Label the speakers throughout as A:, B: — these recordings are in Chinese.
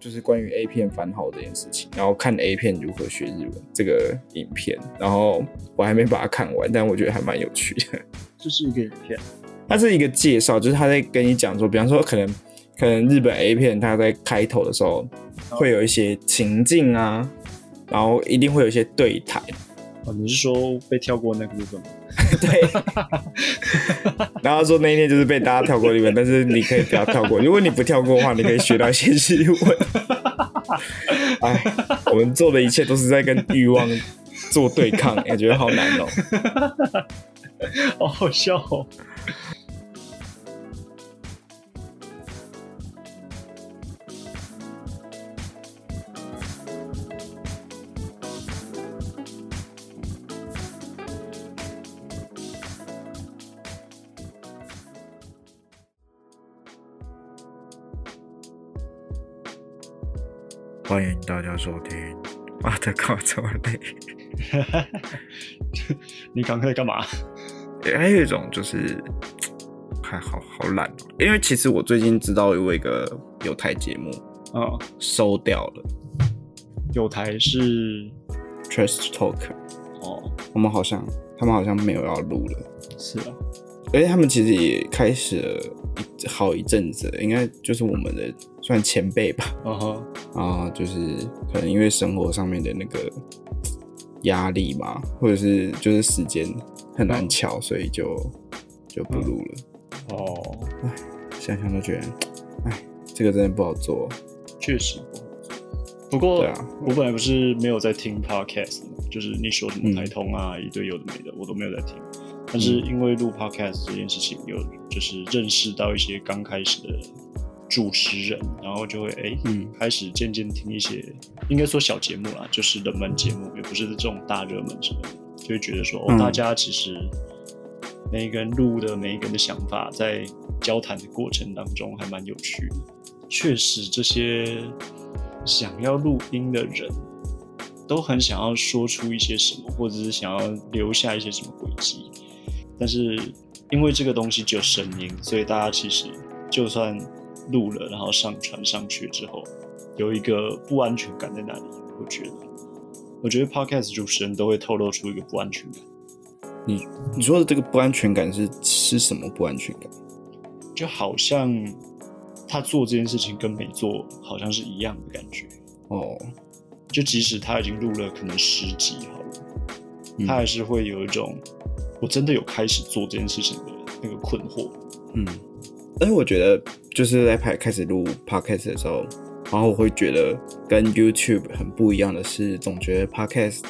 A: 就是关于 A 片番号这件事情，然后看 A 片如何学日文这个影片，然后我还没把它看完，但我觉得还蛮有趣的。
B: 这是一个影片，
A: 它是一个介绍，就是他在跟你讲说，比方说可能可能日本 A 片，它在开头的时候会有一些情境啊，然后一定会有一些对谈，
B: 哦，你是说被跳过那个部分吗？
A: 对。 然后他说那一天就是被大家跳过日文，但是你可以不要跳过，如果你不跳过的话，你可以学到一些日文。哎，我们做的一切都是在跟欲望做对抗，也觉得好难哦。
B: 好好笑哦！
A: 欢迎大家收听。我的靠，这么累。
B: 你刚刚在干嘛？
A: 还有一种就是，看好好懒、哦，因为其实我最近知道有一个有台节目
B: 嗯，
A: 收掉了
B: 有台是
A: ，Trash Talk，
B: 哦，
A: 我们好像他们好像没有要录了，
B: 是啊，
A: 而且他们其实也开始了一好一阵子了，应该就是我们的算前辈吧，
B: 嗯哼，
A: 啊，就是可能因为生活上面的那个压力嘛，或者是就是时间很难巧，所以就就不录了。
B: 哦，
A: 想想都觉得，哎，这个真的不好做。
B: 确实不好做。不过、
A: 对啊
B: 我本来不是没有在听 podcast，的就是你说什么
A: 嗯
B: 台通啊、一堆有的没的，我都没有在听。但是因为录 podcast 这件事情，有就是认识到一些刚开始的主持人，然后就会哎、
A: 嗯
B: 开始渐渐听一些，应该说小节目啦，就是冷门节目，也不是这种大热门什么的，就会觉得说，哦，
A: 嗯
B: 大家其实每一个人录的每一个人的想法，在交谈的过程当中还蛮有趣的。确实，这些想要录音的人都很想要说出一些什么，或者是想要留下一些什么轨迹，但是因为这个东西只有声音，所以大家其实就算录了，然后上传上去之后，有一个不安全感在那里。我觉得，我觉得 podcast 主持人都会透露出一个不安全感，
A: 你说的这个不安全感是是什么不安全感？
B: 就好像他做这件事情跟没做好像是一样的感觉。
A: 哦，
B: 就即使他已经录了可能十集好了，
A: 嗯
B: 他还是会有一种我真的有开始做这件事情的那个困惑。
A: 嗯，但是我觉得就是在拍开始录 podcast 的时候，然后我会觉得跟 YouTube 很不一样的是，总觉得 podcast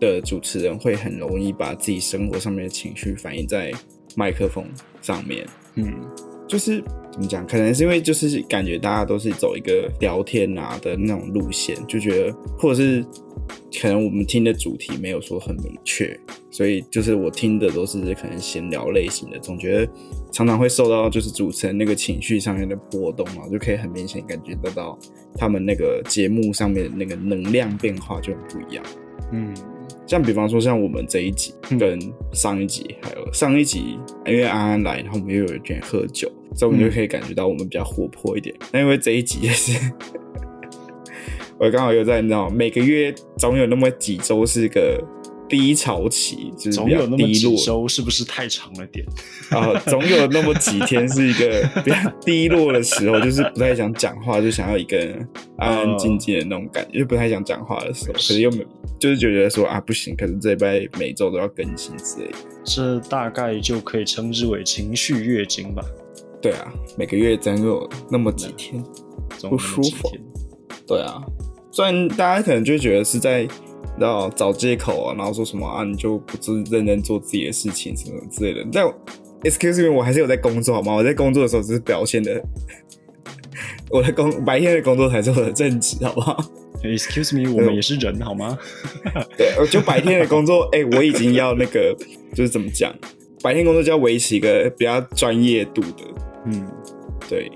A: 的主持人会很容易把自己生活上面的情绪反映在麦克风上面，
B: 嗯，
A: 就是怎么讲，可能是因为就是感觉大家都是走一个聊天啊的那种路线，就觉得或者是可能我们听的主题没有说很明确，所以就是我听的都是可能闲聊类型的，总觉得常常会受到就是主持人那个情绪上面的波动啊，就可以很明显感觉得到他们那个节目上面的那个能量变化就很不一样。
B: 嗯，
A: 像比方说，像我们这一集
B: 嗯
A: 跟上一集，还有上一集，因为安安来，然后我们又有一点喝酒，所以我们
B: 嗯
A: 就可以感觉到我们比较活泼一点。那、因为这一集也是，我刚好又在你知道，每个月总有那么几周是个低潮期，就是
B: 总
A: 比较
B: 有那么
A: 嗯低
B: 几
A: 落
B: 周，是不是太长了点？
A: 啊、总有那么几天是一个比较低落的时候，就是不太想讲话，就想要一个人安安静静的那种感觉，就不太想讲话的时候，可是又没，就是觉得说啊不行，可是这一拜每周都要更新之类的。
B: 这大概就可以称之为情绪月经吧，
A: 对啊，每个月总有那么几天。
B: 总有那么几
A: 不舒服
B: 天。
A: 对啊，虽然大家可能就会觉得是在。然后找借口啊，然后说什么啊，你就不是认真做自己的事情什么之类的。但 excuse me，我还是有在工作好吗？我在工作的时候只是表现的，我的工白天的工作才是我的正职，好不好？
B: Excuse me，我们
A: 哎
B: 也是人好吗？
A: 对，我就白天的工作， 哎、我已经要那个，就是怎么讲，白天工作就要维持一个比较专业度的，
B: 嗯，
A: 对，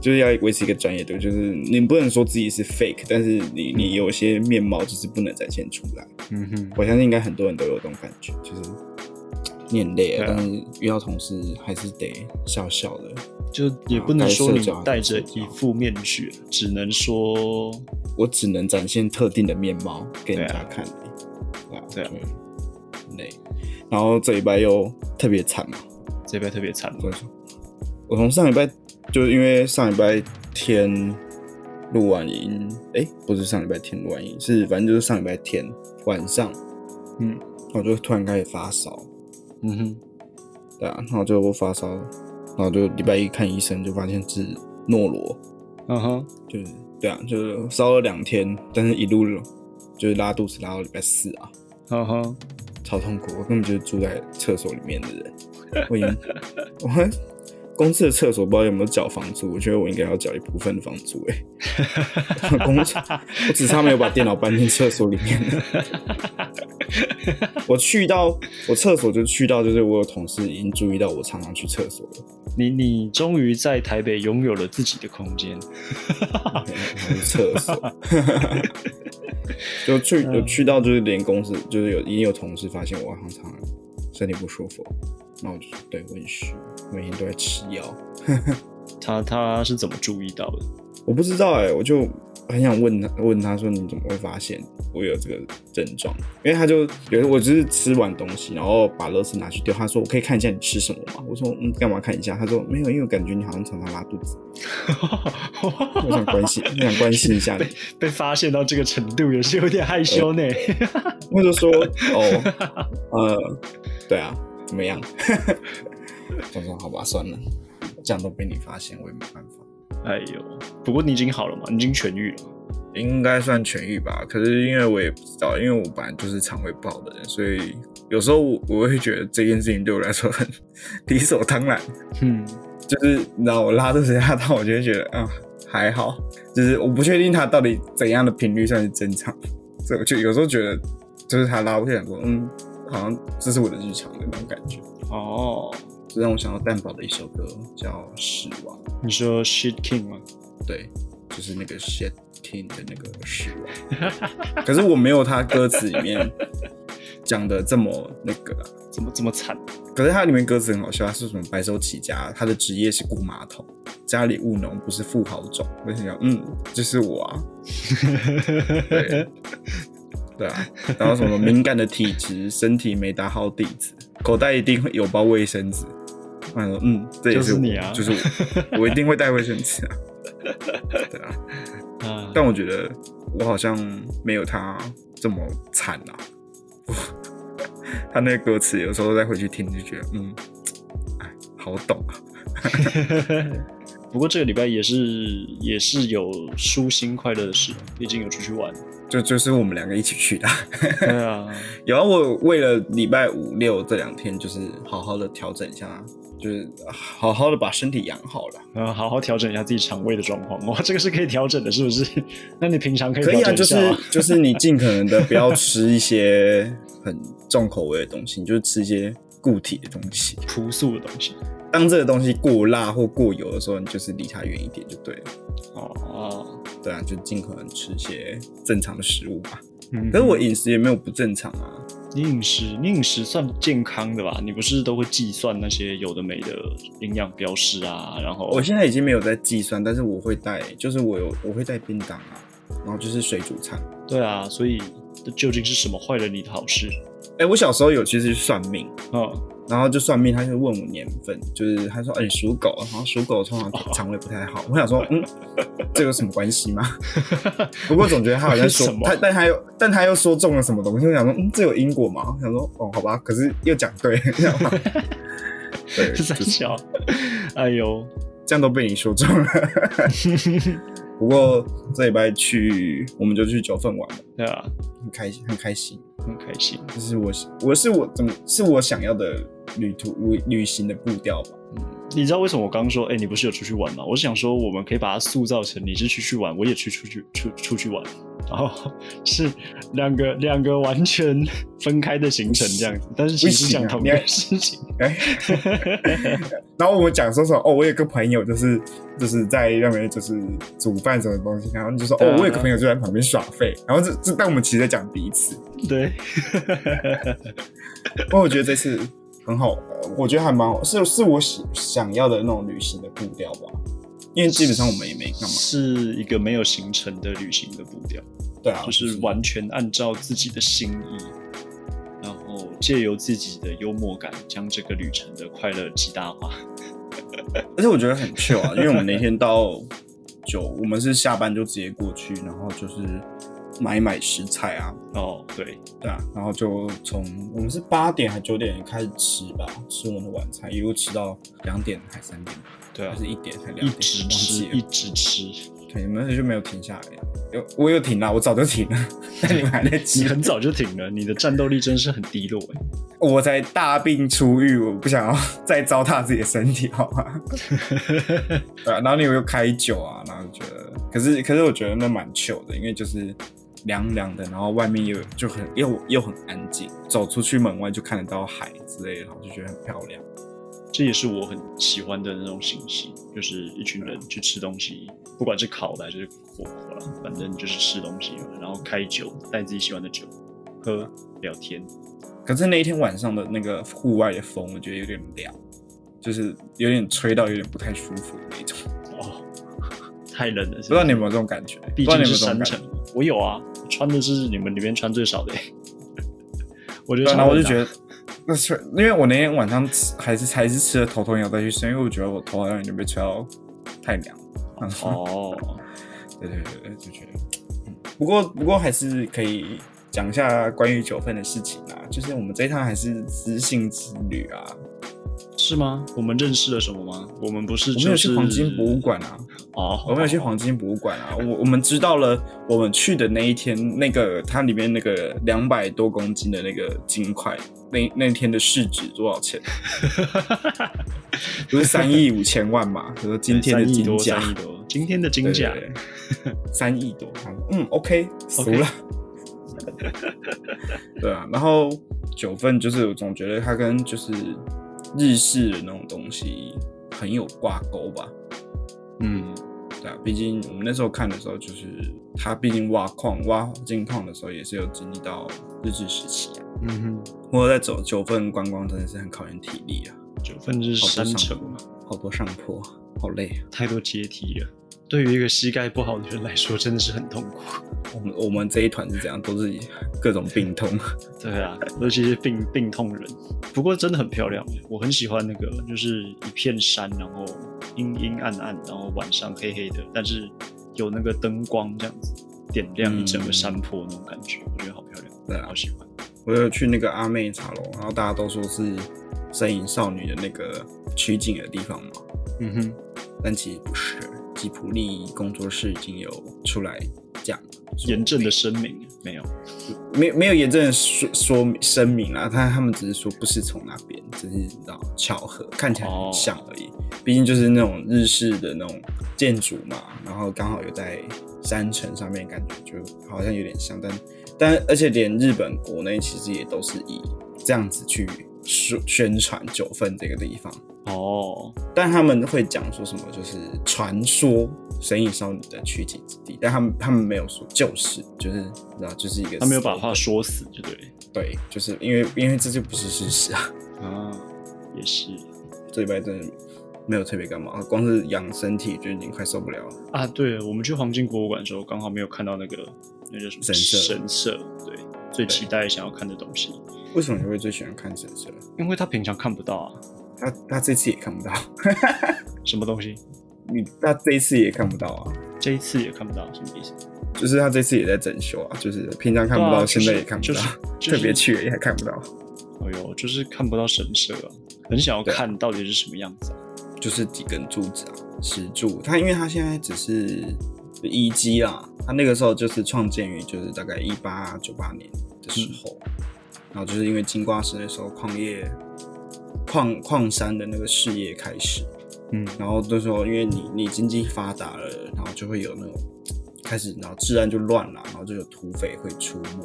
A: 就是要维持一个专业度，就是你不能说自己是 fake，但是你你有些面貌就是不能展现出来。
B: 嗯哼，
A: 我相信应该很多人都有这种感觉，就是你很累
B: 对
A: 啊
B: 啊，
A: 但是遇到同事还是得笑笑的，
B: 就也不能说
A: 该
B: 你
A: 社交还是
B: 戴着
A: 社交
B: 一副面具，只能说
A: 我只能展现特定的面貌给人
B: 对
A: 家
B: 啊
A: 看而已，
B: 对啊，
A: 就很累。然后这礼拜又特别惨嘛，
B: 这边特别惨。
A: 我从我从上礼拜就是因为上礼拜天录完音，哎、不是上礼拜天录完音，是反正就是上礼拜天晚上，
B: 嗯
A: 我就突然开始发烧，
B: 嗯哼，
A: 对啊，然后就发烧，然后就礼拜一看医生，就发现是诺罗，
B: 嗯哼，
A: 就是对啊，就是烧了两天，但是一路就是拉肚子拉到礼拜四啊，
B: 嗯哼，
A: 超痛苦，我根本就是住在厕所里面的人，我已经我还公司的厕所不知道有没有缴房租，我觉得我应该要缴一部分的房租哎、欸，公厕我只差没有把电脑搬进厕所里面了。我去到我厕所就去到，就是我有同事已经注意到我常常去厕所了，
B: 你你终于在台北拥有了自己的空间。
A: 然后去嗯厕所，就去有去到就是连公司就是有已经有同事发现我常常身体不舒服，那我就说对我很虚，每天都在吃药，
B: 他他是怎么注意到的？
A: 我不知道哎、我就很想问他，问他说你怎么会发现我有这个症状？因为他就有我只是吃完东西，然后把乐圾拿去丢，他说我可以看一下你吃什么吗？我说嗯，干嘛看一下？他说没有，因为我感觉你好像常常拉肚子，我想关心，我想关心一下你。
B: 被发现到这个程度，也是有点害羞 呢。
A: 我就 说 哦，呃，对啊，怎么样？我说好吧，算了，这样都被你发现，我也没办法。
B: 哎呦，不过你已经好了嘛，你已经痊愈了。
A: 应该算痊愈吧。可是因为我也不知道，因为我本来就是肠胃不好的人，所以有时候我我会觉得这件事情对我来说很理所当然。
B: 嗯，
A: 就是你知道，我拉肚子拉到，我就会觉得啊、还好。就是我不确定它到底怎样的频率算是正常，所以我就有时候觉得，就是它拉，我就想说，嗯，好像这是我的日常的那种感觉。
B: 哦，
A: 这让我想到蛋堡的一首歌叫《失望》，
B: 你说 shit king 吗？
A: 对，就是那个 shit king 的那个失望。可是我没有他歌词里面讲的这么那个啊啦。
B: 怎么这么惨？
A: 可是他里面歌词很好笑，他说什么白手起家，他的职业是顾马桶，家里务农，不是富豪种。我就想，嗯，就是我 啊，对对啊。然后什么敏感的体质，身体没打好底子，口袋一定会有包卫生纸。我想说，嗯，这也
B: 就是是
A: 我
B: 你啊
A: 就是我，我一定会带卫生纸啊。对啊，
B: 啊，
A: 但我觉得我好像没有他这么惨啊。 他那个歌词有时候再回去听就觉得，嗯，哎，好懂啊。
B: 不过这个礼拜也是也是有舒心快乐的事，毕竟有出去玩。
A: 就就是我们两个一起去的啊。
B: 对啊，
A: 然后我为了礼拜五六这两天，就是好好的调整一下，啊就是好好的把身体养好了。
B: 呃，好好调整一下自己肠胃的状况。 哇，这个是可以调整的，是不是？ 那你平常可以
A: 可
B: 调
A: 以啊，
B: 整一
A: 就
B: 下
A: 是
B: 吗？
A: 就是你尽可能的不要吃一些很重口味的东西，你就是吃一些固体的东西。
B: 朴素的东西。
A: 当这个东西过辣或过油的时候，你就是离它远一点就对了。
B: 哦，
A: 对啊，就尽可能吃一些正常的食物吧。
B: 嗯
A: 可是我饮食也没有不正常啊，
B: 你饮食，你饮食算健康的吧？你不是都会计算那些有的没的营养标识啊？然后
A: 我现在已经没有在计算，但是我会带，就是我有我会带便当啊，然后就是水煮餐。
B: 对啊，所以这究竟是什么坏了你的好事？
A: 哎、我小时候有其实去算命，
B: 嗯，
A: 然后就算命，他就问我年份，就是他说，哎、你属狗，然后属狗通常
B: 哦
A: 肠胃不太好。我想说，嗯， 这有什么关系吗？ 不过总觉得他好像说
B: 什么
A: 他，但他又但他又说中了什么东西，我想说，嗯，这有因果吗？我想说，哦，好吧，可是又讲对，你知道 吗？对，
B: 三
A: 就是啊
B: 小，哎呦，
A: 这样都被你说中 了。不过这礼拜去，我们就去九份玩了，
B: 对啊，
A: 很开心，很开心。
B: 很开心。
A: 这是我，我是我怎么是我想要的旅途旅旅行的步调吧？
B: 你知道为什么我刚刚说，哎、你不是有出去玩吗？我是想说，我们可以把它塑造成你是出去玩，我也去出去出出去玩，然后 是两个两个完全分开的行程这样子，但是其实
A: 不行啊
B: 讲同
A: 你
B: 一
A: 还
B: 个事情。
A: 哎，然后我们讲说什么哦，我有个朋友就是就是在那边就是煮饭什么东西，然后你就说
B: 对啊
A: 哦，我有个朋友就在旁边耍废，然后这这但我们其实在讲彼此，
B: 对，
A: 不过我觉得这次很好，呃我觉得还蛮好，是是我想想要的那种旅行的步调吧。因为基本上我们也没干嘛，
B: 是一个没有行程的旅行的步调，
A: 对啊，
B: 就是完全按照自己的心意，然后借由自己的幽默感，将这个旅程的快乐极大化。
A: 而且我觉得 很 chill 啊，因为我们那天到九，我们是下班就直接过去，然后就是买一买食材啊，
B: 哦，对，
A: 对啊，然后就从我们是八点还九点开始吃吧，吃我们的晚餐，一路吃到两点还三点，
B: 对啊
A: 还，是一点还两
B: 一
A: 点，
B: 直
A: 忘
B: 吃
A: 记，
B: 一
A: 了。
B: 直吃。
A: 对，你们就没有停下来，有我有停啦，我早就停了， 但你们还 在
B: 你
A: 吃，
B: 很早就停了，你的战斗力真是很低落哎、
A: 我才大病初愈，我不想要 再糟蹋自己的身体，好吗？ 对啊，然后你又开酒啊，然后就觉得，可是可是我觉得那蛮 chill 的，因为就是凉凉的，然后外面又就很又又很安静，走出去门外就看得到海之类的，然后就觉得很漂亮。
B: 这也是我很喜欢的那种形式，就是一群人去吃东西，不管是烤的还是火锅啦，反正就是吃东西，然后开酒，带自己喜欢的酒喝聊天。
A: 可是那一天晚上的那个户外的风，我觉得有点凉，就是有点吹到有点不太舒服的那种，
B: 哦， 太冷了，不
A: 不知道你有没有这种感觉？
B: 毕
A: 不知道你
B: 竟
A: 有没有这种
B: 是山
A: 感觉
B: 城。，我有啊，我穿的是你们里面穿最少的、欸。 我觉得
A: 对，
B: 超冷的啊，
A: 然后我就觉得，那吹，因为我那天晚上吃还是还是吃了头痛药再去睡，因为我觉得我头好像有点被吹到太凉。然后
B: 哦，
A: 对对对对，就觉得，嗯不过不过还是可以讲一下关于九份的事情啊，就是我们这一趟还是知性之旅啊，
B: 是吗？我们认识了什么吗？我们不是
A: 我
B: 就
A: 们
B: 是
A: 有去黄金博物馆啊，
B: 哦，
A: 我们有去黄金博物馆啊，我我们知道了我们去的那一天，那个它里面那个两百多公斤的那个金块，那那天的市值多少 钱？不是三亿五千万嘛？比如说今天的
B: 三亿
A: 金
B: 多，
A: 价，
B: 三亿多，今天的金价
A: 对，对对三亿多，他说嗯，OK，熟了。 对啊，然后九份就是我总觉得它跟就是日式的那种东西很有挂钩吧。
B: 嗯，
A: 对啊，毕竟我们那时候看的时候，就是它毕竟挖矿挖金矿的时候，也是有经历到日治时期啊。
B: 嗯
A: 或者在走九份观光，真的是很考验体力啊，
B: 哼，九份是
A: 好多
B: 山
A: 上
B: 城
A: 坡
B: 嘛，，
A: 好多上坡，好累啊。
B: 太多阶梯了。对于一个膝盖不好的人来说，真的是很痛苦。
A: 我们我们这一团是怎样，都是各种病痛。
B: 对啊，尤其是病病痛人。不过真的很漂亮，我很喜欢那个，就是一片山，然后阴阴暗暗，然后晚上黑黑的，但是有那个灯光这样子点亮一整个山坡那种感觉，我觉得好漂亮，
A: 对啊
B: 好喜欢。
A: 我有去那个阿妹茶楼，然后大家都说是《身影少女》的那个取景的地方嘛，
B: 嗯哼，
A: 但其实不是。吉普力工作室已经有出来讲，
B: 严正的声明啊没有，
A: 没没有严正的说说明声明啦，他他们只是说不是从那边，只是你知道巧合，看起来
B: 哦
A: 很像而已。毕竟就是那种日式的那种建筑嘛，然后刚好有在山城上面，感觉就好像有点像，但但而且连日本国内其实也都是以这样子去宣宣传九份这个地方，
B: 哦，
A: 但他们会讲说什么就是传说。神隐少女的取景之地，但他们他们没有说就是，就是你知道，就是一个
B: 他没有把
A: statement
B: 话说死，就对了
A: 对，就是因为因为这就不是事实啊。
B: 啊，也是
A: 这礼拜真的没有特别干嘛，光是养身体就已经快受不了了。
B: 啊。对，我们去黄金博物馆的时候，刚好没有看到那个那叫什么
A: 神社
B: 神社，对，最期待想要看的东西。
A: 为什么你会最喜欢看神社？
B: 因为他平常看不到啊，
A: 他他这次也看不到，
B: 什么东西，
A: 你他这一次也看不到啊，
B: 这一次也看不到，什么意思？
A: 就是他这次也在整修啊，就是平常看不
B: 对
A: 到，
B: 啊
A: 现在也看不到，
B: 就是就 是
A: 特别去了也还看不到，
B: 哎呦，就是看不到神社啊，很想要看到底是什么样子啊。
A: 就是几根柱子啊，石柱。他因为他现在只是遗迹啦，他那个时候就是创建于就是大概一八九八年的时候，然后就是因为金瓜石那时候矿业矿矿山的那个事业开始，
B: 嗯，
A: 然后那时候因为你你经济发达了，然后就会有那种开始，然后治安就乱了，然后就有土匪会出没。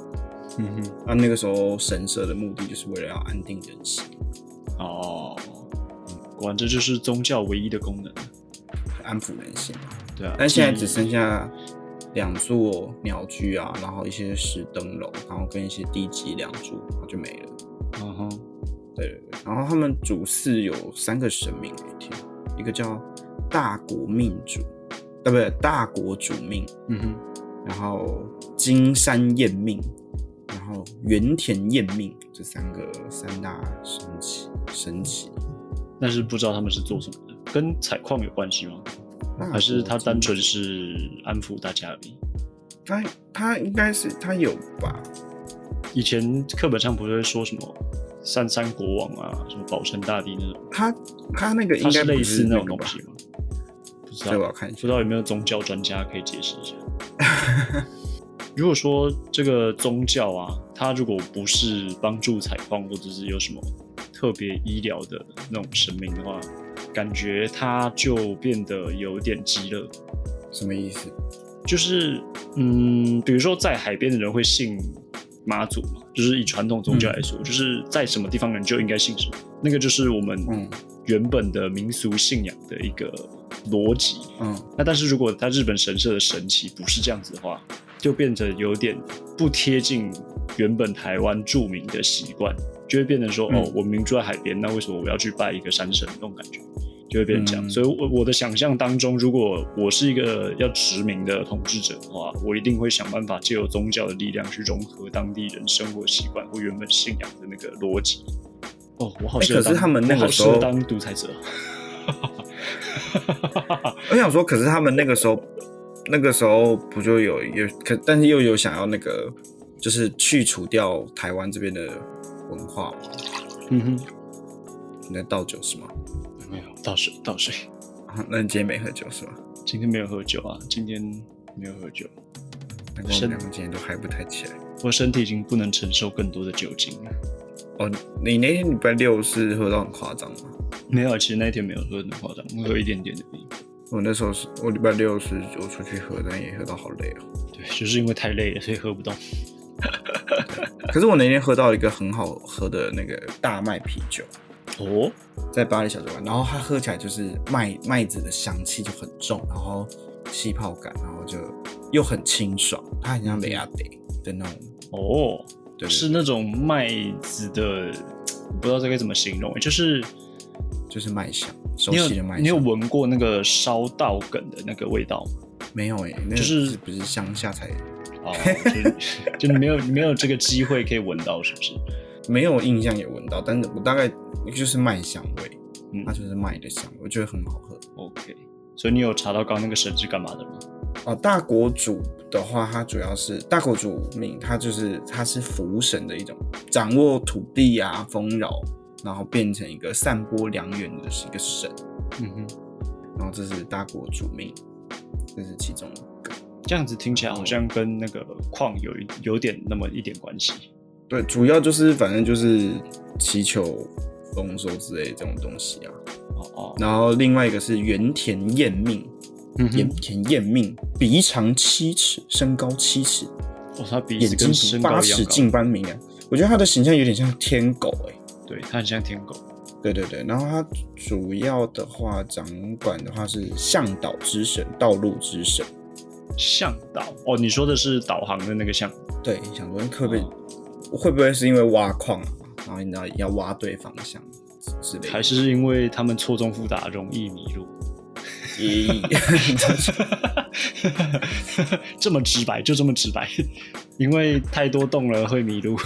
B: 嗯哼，
A: 那那个时候神社的目的就是为了要安定人心，
B: 哦，果然这就是宗教唯一的功能。
A: 安抚人心嘛。
B: 对啊，
A: 但现在
B: 继
A: 只剩下
B: 嗯
A: 两座鸟居啊，然后一些石灯笼，然后跟一些地基梁柱，然后就没了。
B: 嗯哼，
A: 对，对对对，然后他们主祀有三个神明可以听，一个叫大国命主，啊，不是大国主命，
B: 嗯哼，
A: 然后金山验命，然后原田验命这三个三大神奇神奇。
B: 但是不知道他们是做什么的，跟采矿有关系吗？
A: 嗯
B: 还是他单纯是安抚大家而已？
A: 他他应该是他有吧？
B: 以前课本上不是会说什么三山国王啊，什么保生大帝那种，
A: 他他那个应
B: 它
A: 该
B: 是
A: 不
B: 类似那
A: 那
B: 种
A: 个吧
B: 东？西吗？不知
A: 这我
B: 道
A: 要，看一
B: 不知
A: 下。
B: 道有没有宗教专家可以解释 一下。如果说这个宗教啊，它如果不是帮助采矿或者是有什么特别医疗的那种神明的话，感觉它就变得有点鸡肋。
A: 什么意思？
B: 就是嗯，比如说在海边的人会信妈祖嘛，就是以传统宗教来说，就是在什么地方人就应该信什么，那个就是我们
A: 嗯
B: 原本的民俗信仰的一个逻辑。
A: 嗯，
B: 那但是如果他日本神社的神奇不是这样子的话，就变成有点不贴近原本台湾住民的习惯，就会变成说、
A: 嗯
B: 哦，我明明住在海边，那为什么我要去拜一个山神？那种感觉就会变成这样。
A: 嗯
B: 所以我我的想象当中，如果我是一个要殖民的统治者的话，我一定会想办法借由宗教的力量去融合当地人生活习惯或原本信仰的那个逻辑。哦，我好
A: 哎
B: 适合
A: 可
B: 当、
A: 是他们那
B: 我好
A: 个时
B: 适合
A: 候
B: 当独裁者哦。
A: 我想说，可是他们那个时候，那个时候不就有有可，但是又有想要那个，就是去除掉台湾这边的文化嘛？
B: 嗯哼，
A: 你在倒酒是吗？
B: 没有倒水倒水。
A: 啊那你今天没喝酒是吗？
B: 今天没有喝酒啊，今天没有喝酒，
A: 难怪我
B: 是
A: 们两个今天都嗨不太起来。
B: 我身体已经不能承受更多的酒精了。
A: 哦，你那天礼拜六是喝到很夸张吗？
B: 没有，啊其实那天没有喝得很夸张，我喝一点点而已。
A: 我那时候是我礼拜六是我出去喝，但也喝到好累哦。
B: 对，就是因为太累了，所以喝不动。
A: 可是我那天喝到一个很好喝的那个大麦啤酒，
B: 哦，
A: 在巴黎小酒馆，然后它喝起来就是麦麦子的香气就很重，然后气泡感，然后就又很清爽，它很像雷亚德的那种，
B: 哦，
A: 对对
B: 嗯是那种麦子的，我不知道这该怎么形容，就是
A: 就是麦香，熟
B: 你有
A: 悉的麦香。
B: 你有闻过那个烧稻梗的那个味道吗？
A: 没有哎、欸？那个
B: 就是
A: 不是乡下才
B: 哦， 就是就你没有你没有这个机会可以闻到，是不 是？
A: 没有印象有闻到，但是我大概就是麦香味，
B: 嗯
A: 它就是麦的香味，我觉得很好喝。
B: ，OK。所以你有查到刚刚那个神是干嘛的吗？
A: 哦，大国主的话，它主要是大国主命，它就是它是福神的一种，掌握土地啊、丰饶，然后变成一个散播良缘的是一个神，
B: 嗯哼。
A: 然后这是大国主命，这是其中一个。
B: 这样子听起来好像跟那个矿有一有点那么一点关系。
A: 对，主要就是反正嗯就是祈求丰收之类这种东西啊。
B: 哦哦，
A: 然后另外一个是原田彦命，
B: 嗯
A: 原
B: 哼，
A: 田彦命鼻长七尺，身高七尺，
B: 哦，他鼻
A: 眼
B: 子跟
A: 睛
B: 身
A: 如八
B: 高一样
A: 尺
B: 高，
A: 近般明亮。啊我觉得他的形象有点像天狗哎、
B: 对他很像天狗。
A: 对对对，然后它主要的话，掌管的话是向导之神、道路之神。
B: 向导哦，你说的是导航的那个向
A: 对，想说会不会、
B: 哦
A: 会不会是因为挖矿啊？然后你知道要挖对方向之类的，
B: 还是因为他们错综复杂，容易迷路。
A: 也
B: 这么直白，就这么直白， 因为太多洞了会迷路。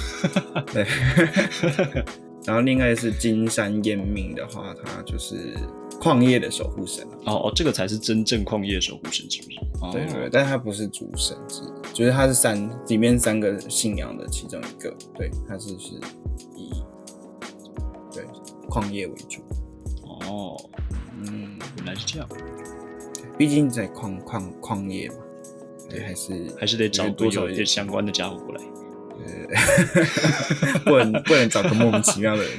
A: 对。 然后另外是金山燕命的话，它就是矿业的守护神啊，
B: 哦哦，这个才是真正矿业守护神，是不是？哦
A: 对对对，但它不是主神之一，就是它是三里面三个信仰的其中一个，对，它是是以对矿业为主。
B: 哦，
A: 嗯，
B: 原来是这样，
A: 毕竟在矿矿矿业嘛，对，还是
B: 还是得找多找一
A: 有
B: 点相关的家伙过来。
A: 呃不 能不能找个莫名其妙的人。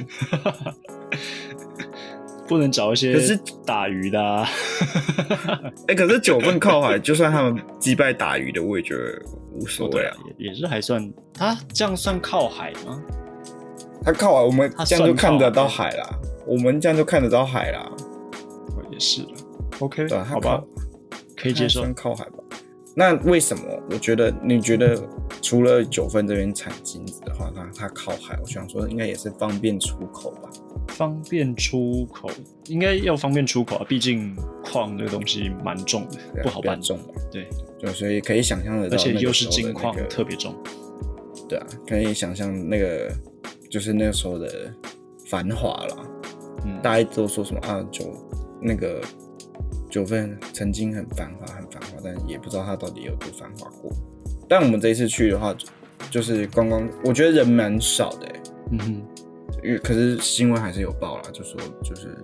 B: 不能找一些
A: 可是
B: 打鱼 的、啊，
A: 哎、可是九份靠海，就算他们击败打鱼的，我也觉得无所谓啊。
B: 也也是还算，他这样算靠海吗？
A: 他靠海，我们
B: 他
A: 这
B: 算
A: 样就看得
B: 靠
A: 到
B: 海
A: 海啦，我们这样就看得到海啦，
B: 哦也是啦，OK，
A: 对啊他
B: 好吧
A: 靠，
B: 可以接
A: 他
B: 受
A: 算。靠海吧。那为什么？我觉得你觉得除了九份这边产金子的话，那它靠海，我想说应该也是方便出口吧。
B: 方便出口，应该要方便出口啊，毕竟矿这个东西蛮重的，
A: 对啊
B: 不好
A: 比较
B: 搬。
A: 重吧，
B: 对，
A: 就所以可以想象得到
B: 而且
A: 那个
B: 又
A: 时
B: 是
A: 候的
B: 金
A: 那
B: 矿，
A: 个
B: 特别重。
A: 对啊，可以想象那个就是那个时候的繁华啦。
B: 嗯，
A: 大家都说什么啊九那个九份曾经很繁华，很繁华，但也不知道它到底有多繁华过。但我们这一次去的话，就就是观光，我觉得人蛮少的、欸，
B: 嗯哼，
A: 因为可是新闻还是有报啦，就说就是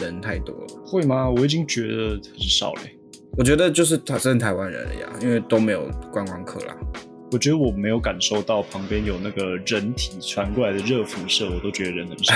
A: 人太多了。
B: 会吗？我已经觉得很少嘞、
A: 我觉得就是他真的台湾人了呀，因为都没有观光客啦。
B: 我觉得我没有感受到旁边有那个人体传过来的热辐射，我都觉得人 很少。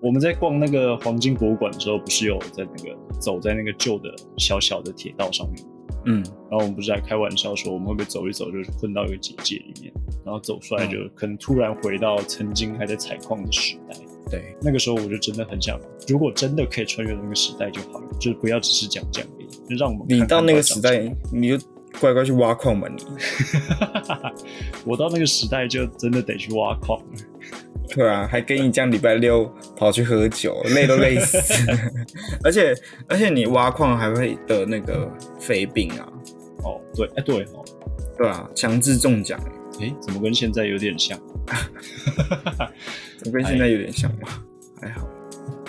B: 我们在逛那个黄金博物馆的时候，不是有在那个走在那个旧的小小的铁道上面，
A: 嗯，
B: 然后我们不是还开玩笑说我们会不会走一走就混到一个结界里面，然后走出来
A: 嗯
B: 就可能突然回到曾经还在采矿的时代。
A: 对，
B: 那个时候我就真的很想，如果真的可以穿越那个时代就好了，就是不要只是讲讲而已，就让我们
A: 你
B: 看看
A: 到那个
B: 长
A: 时
B: 什么
A: 代，你就乖乖去挖矿吧你。
B: 我到那个时代就真的得去挖矿了。
A: 对啊，还跟你这样礼拜六跑去喝酒，累都累死。 而且而且你挖矿还会得那个肺病啊，
B: 哦，对，哎、对哦，
A: 对啊，强制中奖、欸，
B: 哎、怎么跟现在有点像？
A: 跟现在有点像吧？还好，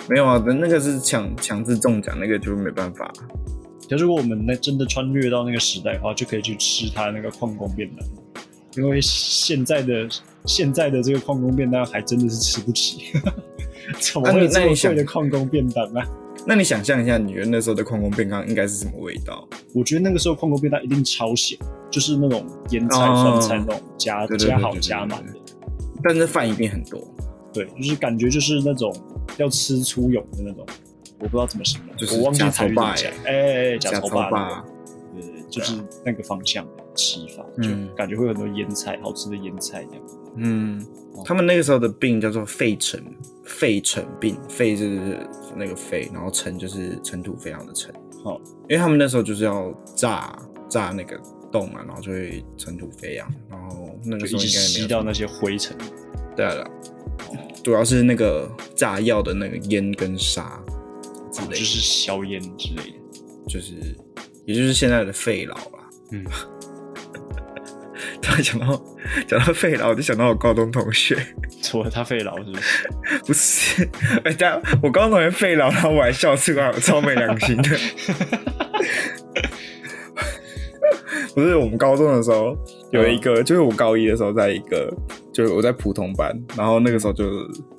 A: 没有啊，那个是强强制中奖，那个就没办法。
B: 可是如果我们那真的穿越到那个时代的话，就可以去吃它那个矿工便当，因为现在的现在的这个矿工便当还真的是吃不起， 怎么
A: 那
B: 会
A: 你
B: 有这
A: 那
B: 么
A: 你想
B: 贵的矿工便当啊？
A: 那你想象一下，你觉得那时候的矿工便当应该是什么味道？
B: 我觉得那个时候矿工便当一定超咸，就是那种腌菜、酸菜那种加
A: 哦对对对
B: 加好
A: 对对
B: 加满
A: 对
B: 的，
A: 但是饭一定很多，
B: 对，就是感觉就是那种要吃粗勇的那种，我不知道怎么形容，
A: 就是
B: 我忘记
A: 假
B: 台语
A: 头
B: 怎
A: 霸
B: 么讲，哎哎哎，假
A: 加
B: 头
A: 超
B: 霸那个
A: 霸，啊
B: 对对，对就是那个方向吃法，
A: 嗯
B: 就感觉会有很多腌菜，好吃的腌菜这样。
A: 嗯，他们那个时候的病叫做肺尘，肺尘病，肺就是那个肺，然后尘就是尘土飞扬的尘。
B: 好、
A: 因为他们那时候就是要炸炸那个洞啊，然后就会尘土飞扬，然后那
B: 就
A: 个
B: 一
A: 时候
B: 直
A: 应该也没
B: 吸
A: 有
B: 到那些灰尘。
A: 对啊对啊，主要是那个炸药的那个烟跟沙之
B: 哦
A: 类的，
B: 就是硝烟之类的。
A: 就是也就是现在的肺痨啦。
B: 嗯，
A: 突然讲到讲到肺痨，我就想到我高中同学。
B: 除了他肺痨是不是？
A: 不是，哎，但我高中同学废老，然后我还笑出来，我超没良心的。 不是，我们高中的时候有一个，就是我高一的时候，在一个，就是我在普通班，然后那个时候就是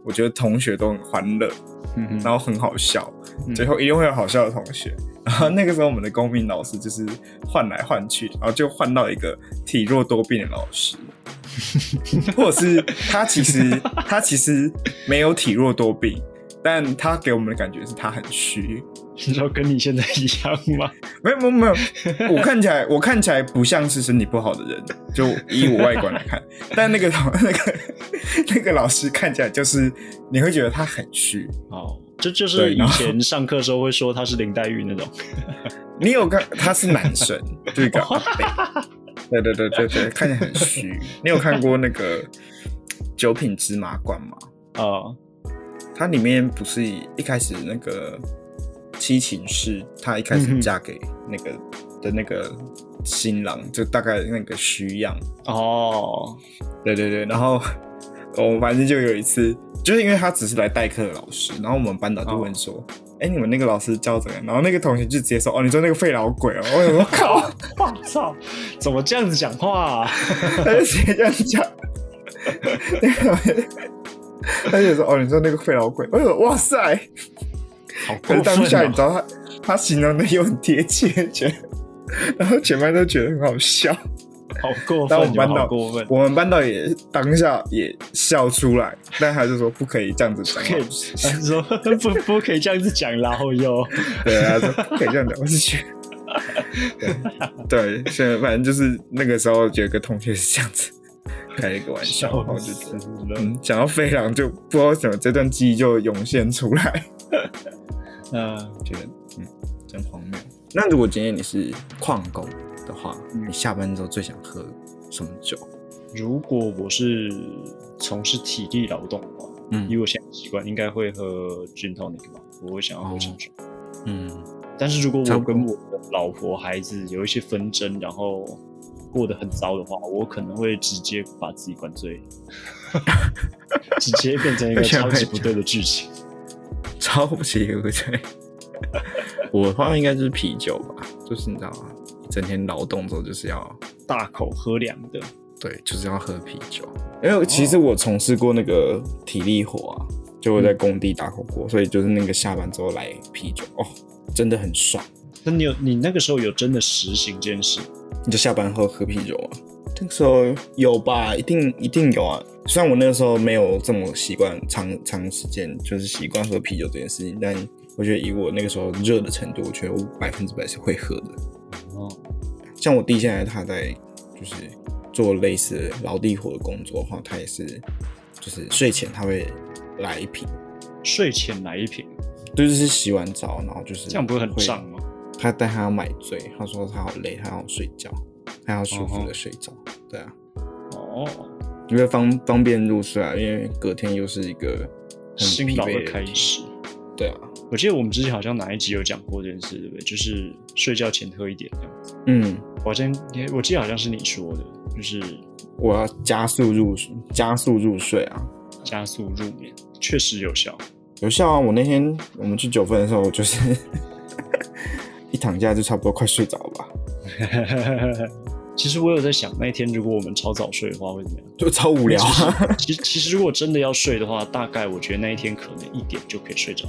A: 我觉得同学都很欢乐，
B: 嗯哼
A: 然后很好笑，
B: 嗯
A: 最后一定会有好笑的同学。然后那个时候我们的公民老师就是换来换去，然后就换到一个体弱多病的老 师，或者是他其实他其实没有体弱多病，但他给我们的感觉是他很虚。
B: 你说跟你现在一样吗？
A: 没有没有没有，我看起 来我看起来不像是身体不好的人，就以我外观来看，但那个老那个那个老师看起来就是你会觉得他很虚，
B: 哦，这就
A: 对
B: 是以
A: 然后
B: 前上课的时候会说他是林黛玉那种。
A: 你有看他是男神，就是一个阿贝，对对对对对，看起来很虚。你有看过那个《九品芝麻官》吗？
B: 哦，
A: 它里面不是一开始那个七情氏，她一开
B: 嗯
A: 始
B: 哼
A: 嫁给那个、的那个新郎，就大概那个虚样。
B: 哦，
A: 对对对，然后我们反正就有一次，就是因为他只是来代课的老师，然后我们班导就问说：“哎、你们那个老师教怎样？”然后那个同学就直接说：“哦，你说那个废老鬼哦。”我想说靠。
B: 我操，怎么这样子讲话、啊？
A: 他就直接这样讲， 他就说：“哦，你说那个废老鬼。”我就说：“哇塞
B: 好！”
A: 可是
B: 过
A: 当下你
B: 分、
A: 知
B: 哦！
A: 道他他形容的又很贴切，觉得， 然后全班都觉得很好笑。
B: 好过
A: 当我们
B: 分，你
A: 班
B: 们好
A: 导
B: 过 分，
A: 我们班导也当下也笑出来，但他就说不可以这样子讲
B: 可以
A: 老师。
B: 他说不不可以这样子讲啦，然后 又
A: 对，他说不可以这样讲，我是觉得， 对，对，所以反正就是那个时候有一个同学是这样子开了一个玩笑，然后我就觉得
B: 死了。
A: 嗯，讲到飞狼就不知道为什么这段记忆就涌现出 来，
B: 嗯，
A: 觉得嗯真荒谬。那如果今天你是矿工的的话，
B: 嗯
A: 你下班之后最想喝什么酒？
B: 如果我是从事体力劳动的话，以
A: 嗯
B: 我现在的习惯，应该会喝 gin tonic 吧，我会想要喝清酒。
A: 嗯，
B: 但是如果
A: 差
B: 我
A: 不多
B: 跟我的老婆、孩子有一些纷争，然后过得很糟的话，我可能会直接把自己灌 醉，直接变成一个
A: 而且
B: 超
A: 会
B: 级不对的剧情。
A: 超级无 罪。我的话应该就是啤酒吧，就是你知道吗？整天劳动之后就是要
B: 大口喝凉的，
A: 对，就是要喝啤酒。因为其实我从事过那个体力活啊，就我在工地打火锅，所以就是那个下班之后来啤酒，哦，真的很爽。
B: 那你有你那个时候有真的实行这件事？
A: 你就下班后喝啤酒吗？那个时候有吧，一定一定有啊。虽然我那个时候没有这么习惯长长时间就是习惯喝啤酒这件事情，但我觉得以我那个时候热的程度，我觉得我百分之百是会喝的。
B: 哦，
A: 像我弟现在他在就是做类似劳力活的工作的话，他也是就是睡前他会来一瓶，
B: 睡前来一瓶，
A: 就是洗完澡然后就是
B: 这样不会很胀吗？
A: 他带他要买醉，他说他好累，他要睡觉，他要舒服的睡着。对啊，
B: 哦，
A: 因为方方便入睡啊，因为隔天又是一个很
B: 辛
A: 疲
B: 劳
A: 惫
B: 的
A: 的
B: 开
A: 天。
B: 始。
A: 对啊，
B: 我记得我们之前好像哪一集有讲过这件事，对不对？就是睡觉前喝一点这样子。
A: 嗯，
B: 我好像也我记得好像是你说的，就是
A: 我要加速入加速入睡啊，
B: 加速入眠，确实有 效。
A: 有效啊！我那天我们去九份的时候，我就是 一躺下就差不多快睡着了吧，
B: 其实我有在想，那一天如果我们超早睡的话会怎么样？
A: 就超无聊啊。
B: 其实其实如果真的要睡的话，大概我觉得那一天可能一点就可以睡着，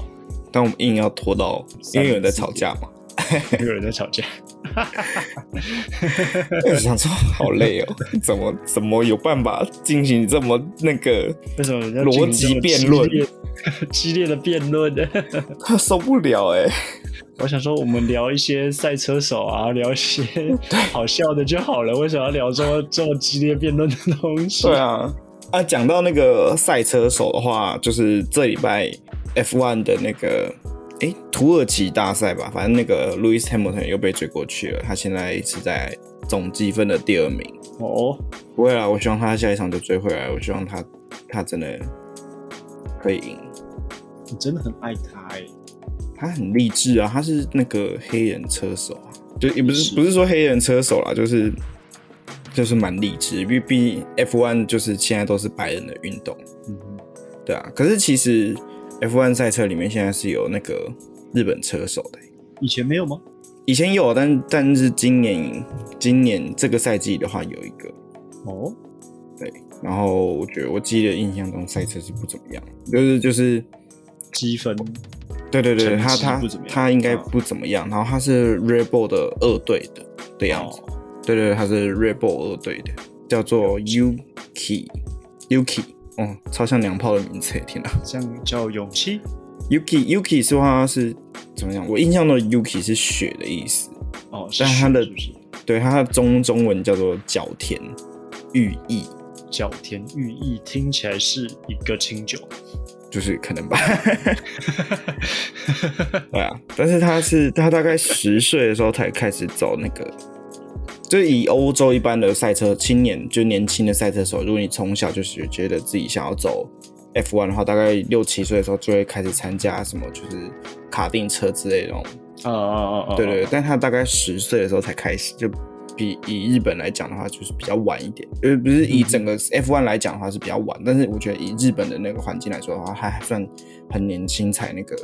A: 但我们硬要拖到，因为有人在吵架嘛，
B: 没有人在吵架。
A: 我想说好累哦，怎么怎么有办法进行这么那个？
B: 为什么人家
A: 逻辑辩论
B: 激烈、 激烈的辩论？
A: 他受不了哎、
B: 我想说，我们聊一些赛车手啊，聊一些好笑的就好了。为什么要聊 这么这么激烈辩论的东西？
A: 对啊， 啊，讲到那个赛车手的话，就是这礼拜 F1 的那个，诶、土耳其大赛吧，反正那个 Lewis Hamilton 又被追过去了，他现在是在总积分的第二名。
B: 哦，
A: 不会啦，啊我希望他下一场就追回来，我希望他他真的可以赢。
B: 你真的很爱他哎、
A: 他很励志啊，他是那个黑人车手啊，就也不
B: 是
A: 是不是说黑人车手啦，就是就是蛮励志，因为毕竟 F1 就是现在都是白人的运动。
B: 嗯哼，
A: 对啊，可是其实 F1 赛车里面现在是有那个日本车手的欸、
B: 以前没有吗？
A: 以前有，啊但但是今年今年这个赛季的话有一个，
B: 哦，
A: 对，然后我觉得我记得印象中赛车是不怎么样，就是就是，
B: 积分
A: 对对对，
B: 成绩
A: 他他
B: 不怎么样
A: 他应该
B: 啊
A: 不怎么样，然后他是 Red Bull 的二队的的样子，
B: 哦，
A: 对对对，他是 Red Bull 二队的，叫做 Yuki Yuki，哦，超像娘炮的名字，天哪！
B: 这样叫勇气
A: Yuki Yuki 是话是怎么讲？我印象中的 Yuki 是雪的意思，
B: 哦。
A: 但
B: 是
A: 他的
B: 是不是
A: 对，它的中中文叫做角田，寓意
B: 角田寓意听起来是一个清酒，
A: 就是可能吧。对啊，但是他是他大概十岁的时候才开始走那个，就是以欧洲一般的赛车青年，就年轻的赛车手，如果你从小就是觉得自己想要走 F1 的话，大概六七岁的时候就会开始参加什么就是卡丁车之类的那种
B: 啊啊啊啊！
A: 对对对
B: 啊，
A: 但他大概十岁的时候才开始，就比以日本来讲的话，就是比较晚一点，呃，不是以整个 F1 来讲的话是比较晚，但是我觉得以日本的那个环境来说的话，他还算很年轻，才那个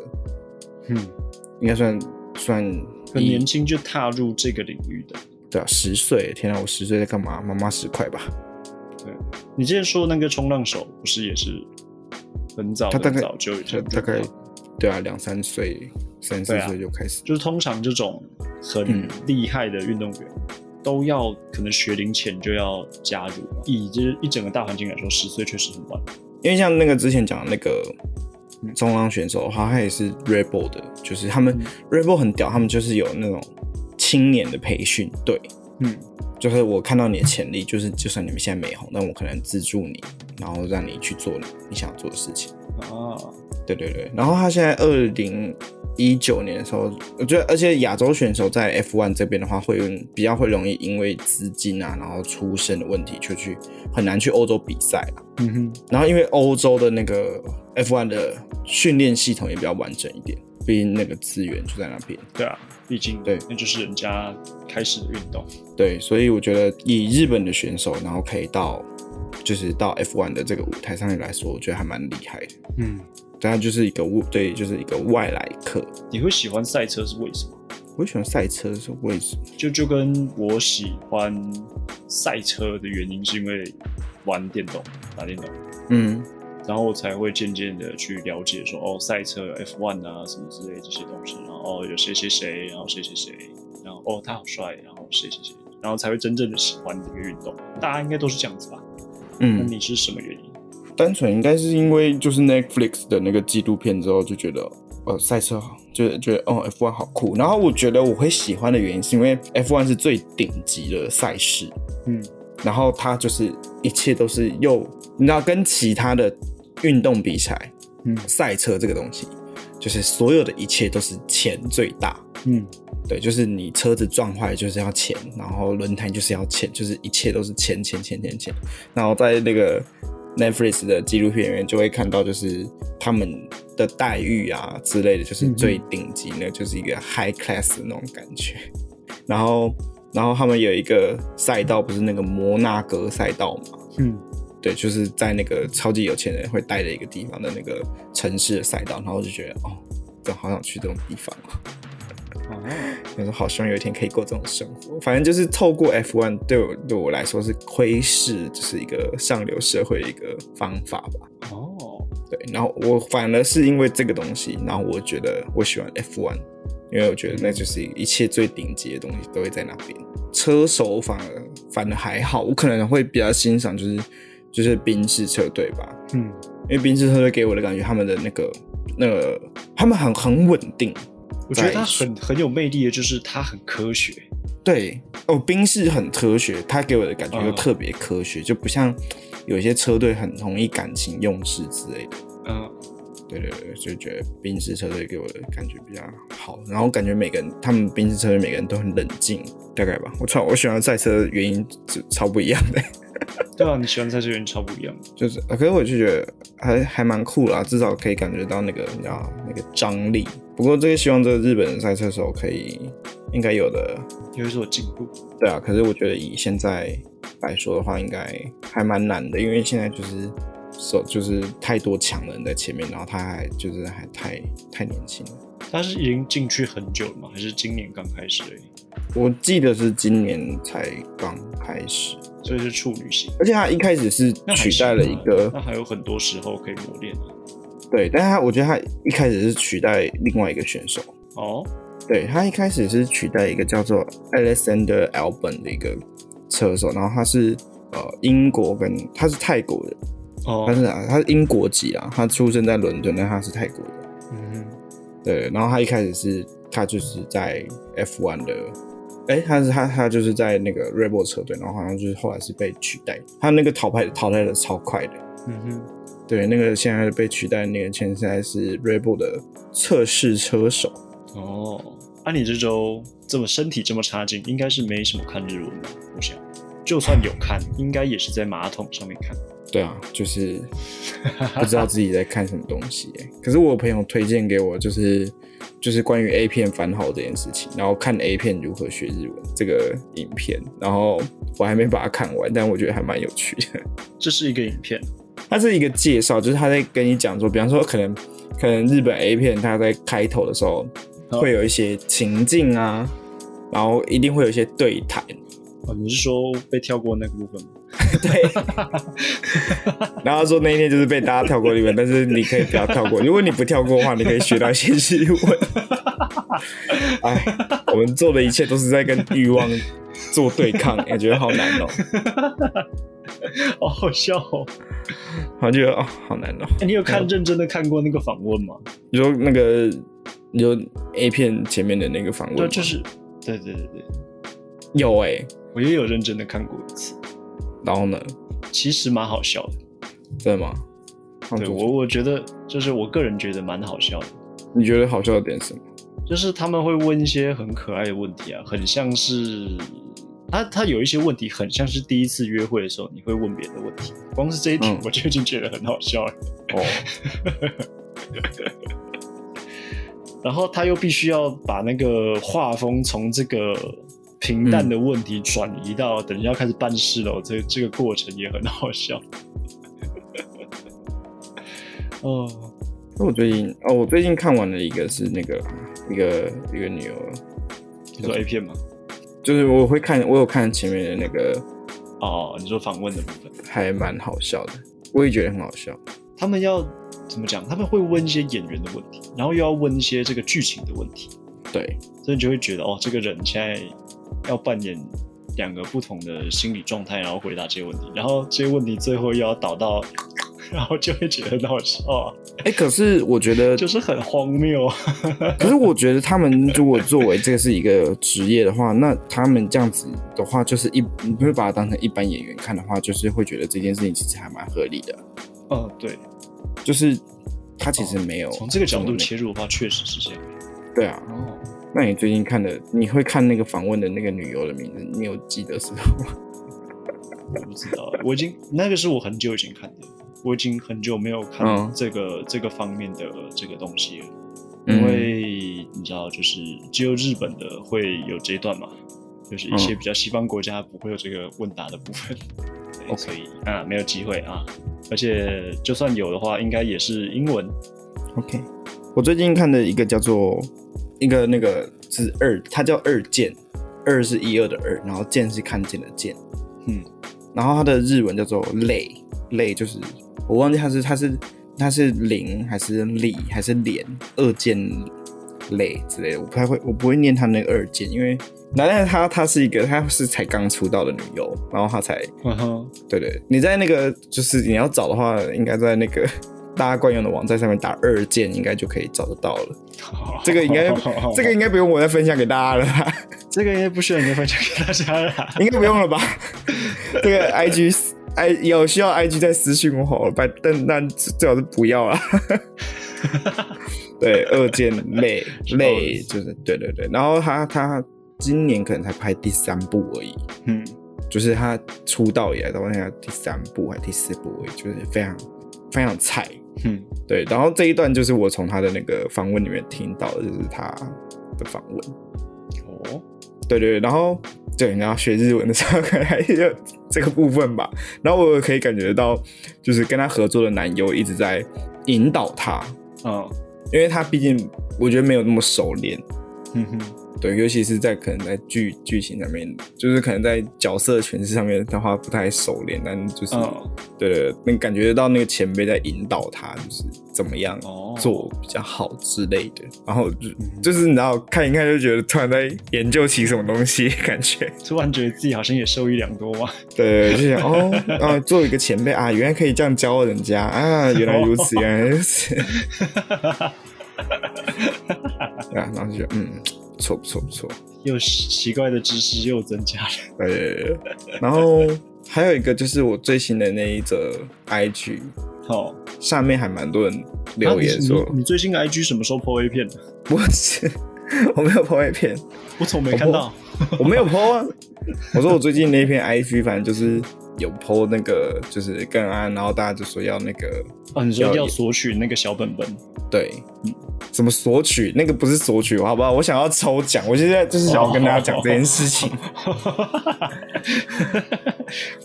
B: 嗯，
A: 应该算算
B: 很年轻就踏入这个领域的。
A: 对啊，十岁，天啊，我十岁在干嘛？妈妈十块吧，
B: 你之前说那个冲浪手不是也是很早
A: 他大
B: 很
A: 概
B: 早就已
A: 就
B: 经
A: 大概对啊，两三岁、三四
B: 对啊
A: 岁就开始，
B: 就是通常这种很
A: 嗯
B: 厉害的运动员。都要可能学龄前就要加入嘛，以这一整个大环境来说，十岁确实很晚。
A: 因为像那个之前讲的那个
B: 嗯
A: 中央选手的话，他也是 Red Bull 的，就是他们、
B: 嗯
A: Red Bull 很屌，他们就是有那种青年的培训队，
B: 嗯，
A: 就是我看到你的潜力，就是就算你们现在没红，但我可能资助你，然后让你去做你你想做的事情。
B: 啊，
A: 对对对，然后他现在二零一九年的时候，我觉得，而且亚洲选手在 F1 这边的话，会用比较会容易因为资金啊，然后出身的问题，就去很难去欧洲比赛啦。
B: 嗯哼，
A: 然后因为欧洲的那个 F1 的训练系统也比较完整一点，毕竟那个资源就在那边。
B: 对啊，毕竟
A: 对
B: 那就是人家开始的运动。
A: 对，所以我觉得以日本的选手，然后可以到就是到 F1 的这个舞台上面来说，我觉得还蛮厉害的。
B: 嗯，
A: 当然就是一个物对，就是一个外来客。
B: 你会喜欢赛车是为什么？
A: 我喜欢赛车是为什么？
B: 就就跟我喜欢赛车的原因是因为玩电动、打电动，
A: 嗯，
B: 然后才会渐渐的去了解说哦，赛车 F1 啊什么之类这些东西，然后哦有谁谁谁，然后谁谁谁，然后哦他好帅，然后谁谁谁，然后才会真正的喜欢这个运动。大家应该都是这样子吧？那
A: 嗯，
B: 你是什么原因？
A: 单纯应该是因为就是 Netflix 的那个纪录片之后就觉得，呃，赛车好，就觉得哦 F1 好酷。然后我觉得我会喜欢的原因是因为 F1 是最顶级的赛事，
B: 嗯，
A: 然后它就是一切都是又你知道跟其他的运动比起来，
B: 嗯
A: 赛车这个东西就是所有的一切都是钱最大。
B: 嗯，
A: 对，就是你车子撞坏就是要钱，然后轮胎就是要钱，就是一切都是钱钱钱钱钱。然后在那个 Netflix 的纪录片里面就会看到，就是他们的待遇啊之类的，就是
B: 嗯哼
A: 最顶级的，就是一个 high class 的那种感觉。然后，然后他们有一个赛道，不是那个摩纳哥赛道嘛？
B: 嗯，
A: 对，就是在那个超级有钱人会待的一个地方的那个城市的赛道，然后我就觉得哦，真好想去这种地方啊。
B: 哦，
A: 我说好希望有一天可以过这种生活。反正就是透过 F1 对我对我来说是窥视，就是一个上流社会的一个方法吧。
B: 哦，
A: 对，然后我反而是因为这个东西，然后我觉得我喜欢 F1，因为我觉得那就是一切最顶级的东西都会在那边。车手反而反而还好，我可能会比较欣赏就是就是宾士车队吧，
B: 嗯
A: 因为宾士车队给我的感觉他们的那个那个他们很很稳定，
B: 我觉得
A: 在
B: 他很很有魅力的，就是他很科学。
A: 对，哦，冰室很科学，它给我的感觉又
B: 嗯
A: 特别科学，就不像有一些车队很容易感情用事之类的。
B: 嗯，
A: 对对对，就觉得冰室车队给我的感觉比较好，然后感觉每个人他们冰室车队每个人都很冷静，大概吧。我操，我喜欢赛车的原因就超不一样的，
B: 对啊，你喜欢赛车员超不一样的。
A: 就是，呃可是我就觉得还还蛮酷啦，至少可以感觉到那个你知道那个张力。不过这个希望这个日本的赛车手可以应该有的
B: 有所进步。
A: 对啊，可是我觉得以现在来说的话，应该还蛮难的，因为现在就是手就是太多强的人在前面，然后他还就是还太太年轻了。
B: 他是已经进去很久了吗？还是今年刚开始而已？
A: 我记得是今年才刚开始，
B: 所以是处女型。
A: 而且他一开始是
B: 那还
A: 取代了一
B: 行啊那
A: 个
B: 还有很多时候可以磨练啊。
A: 对，但是他我觉得他一开始是取代另外一个选手，
B: 哦，
A: 对他一开始是取代一个叫做 Alexander Albon 的一个车手，然后他是呃英国跟他是泰国人，他
B: 哦，
A: 是啊，他是英国籍啊，他出生在伦敦，但他是泰国的。
B: 嗯，
A: 对，然后他一开始是，他就是在 F1 的，哎，他是他他就是在那个 Rebel 车队，然后好像就是后来是被取代，他那个淘汰淘汰的超快的。
B: 嗯哼，
A: 对，那个现在被取代的那个前现在是 Rebel 的测试车手，
B: 哦，啊，你这周这么身体这么差劲，应该是没什么看日文吧？我想，就算有看，应该也是在马桶上面看。
A: 对啊，就是不知道自己在看什么东西、欸。 可是我朋友推荐给我，就是就是关于 A 片番号这件事情，然后看 A 片如何学日文这个影片，然后我还没把它看完，但我觉得还蛮有趣的。
B: 这是一个影片，
A: 它是一个介绍，就是他在跟你讲说，比方说可能可能日本 A 片，它在开头的时候
B: 哦
A: 会有一些情境啊，然后一定会有一些对谈，
B: 哦，你是说被跳过那个部分吗？
A: 对， 然后他说那一天就是被大家跳过日文，但是你可以不要跳过，如果你不跳过的话，你可以学到一些日文。哎，我们做的一切都是在跟欲望做对抗，也觉得好难哦，
B: 好好笑 哦！
A: 我觉得哦好难哦。
B: 哎你有看认真的看过那个访问吗？
A: 你说那个，你说 A 片前面的那个访问
B: 对，
A: 吗，
B: 就是，对对对对，
A: 有哎、
B: 我也有认真的看过一次，
A: 然后呢，
B: 其实蛮好笑的。
A: 真的吗？
B: 对我，我觉得就是我个人觉得蛮好笑的。
A: 你觉得好笑的点 是什么？
B: 就是他们会问一些很可爱的问题啊，很像是他他有一些问题很像是第一次约会的时候你会问别人的问题，光是这一点
A: 嗯
B: 我就已经觉得很好笑了。
A: 哦，
B: 然后他又必须要把那个画风从这个平淡的问题转移到等一下开始办事了，这这个过程也很好笑。 哦，
A: 那我最近哦，我最近看完了一个是那个一个一个女儿，
B: 你说 A 片吗？
A: 就是我会看，我有看前面的那个，
B: 哦，你说访问的部分，
A: 还蛮好笑的，我也觉得很好笑。
B: 他们要怎么讲？他们会问一些演员的问题，然后又要问一些这个剧情的问题，
A: 对，
B: 所以你就会觉得哦，这个人现在要扮演两个不同的心理状态，然后回答这些问题，然后这些问题最后又要导到，然后就会觉得很好笑 啊、
A: 哎、可是我觉得，
B: 就是很荒谬啊。
A: 可是我觉得他们如果作为这个是一个职业的话，那他们这样子的话，就是一你不是把它当成一般演员看的话，就是会觉得这件事情其实还蛮合理的，
B: 嗯，对，
A: 就是他其实没有
B: 哦从这个角
A: 么
B: 度
A: 那
B: 切入的话，确实是这样。
A: 对啊。
B: 哦，
A: 那你最近看的，你会看那个访问的那个女优的名字，你有记得是什么吗？
B: 我不知道，我已经那个是我很久以前看的，我已经很久没有看
A: 嗯
B: 这个、这个方面的这个东西了。
A: 嗯
B: 因为你知道，就是只有日本的会有这一段嘛，就是一些比较西方国家不会有这个问答的部分，对
A: OK
B: 所以啊没有机会啊，而且就算有的话，应该也是英文
A: OK，我最近看的一个叫做一个那个是二，它叫二剑，二是一二的二，然后剑是看见的剑，
B: 嗯，
A: 然后它的日文叫做泪，泪就是我忘记它是它是它是零还是力还是脸，二剑泪之类的，我不太会，我不会念它那个二剑，因为然但是她她是一个她是才刚出道的女优，然后她才
B: 嗯哼，
A: 对对，你在那个就是你要找的话，应该在那个 大家惯用的网站上面打二键，应该就可以找得到了。这个应 该
B: 哦
A: 这个应该不用我再分享给大家了吧，
B: 这个应该不需要你分享给大家啦。
A: 应该不用了吧？这个 IG 私 I 有需要 IG 再私信我好了，拜但但最好是不要啦。对，二键累累就是对对对，然后他他今年可能才拍第三部而已，
B: 嗯，
A: 就是他出道以来到现在第三部还是第四部而已，就是非常非常菜。
B: 嗯，
A: 对，然后这一段就是我从他的那个访问里面听到的，就是他的访问。
B: 哦，
A: 对对对，然后对，然后学日文的时候可能还有这个部分吧。然后我可以感觉到，就是跟他合作的男优一直在引导他，
B: 嗯，
A: 因为他毕竟我觉得没有那么熟练，
B: 嗯哼，
A: 对，尤其是在可能在剧剧情上面，就是可能在角色诠释上面的话不太熟练，但就是、
B: 嗯，
A: 对对，对能感觉到那个前辈在引导他，就是怎么样
B: 哦，
A: 做比较好之类的。然后就
B: 嗯
A: 就是你知道看一看就觉得突然在研究起什么东西，感觉
B: 突然觉得自己好像也受益良多啊嘛。
A: 对，就想 哦，啊，做一个前辈啊，原来可以这样教人家啊，原来如此，原来如 此，对啊，然后就觉得嗯，不错不错不错，
B: 又奇怪的知识又增加了。
A: 对对对对，然后还有一个就是我最新的那一则 IG，
B: 好，
A: 下面还蛮多人哦留言说，
B: 啊你你你最近 IG 什么时候 po A 片的？
A: 不是，我没有 po 一篇，
B: 我怎么没看到？
A: 我没有 po 啊。我说我最近那篇 IG 反正就是有 po 那个就是更安，然后大家就说要那个
B: 哦，你说
A: 要
B: 要索取那个小本本，
A: 对。什么索取？那个不是索取，好不好？我想要抽奖，我现在就是想要跟大家讲这件事 情。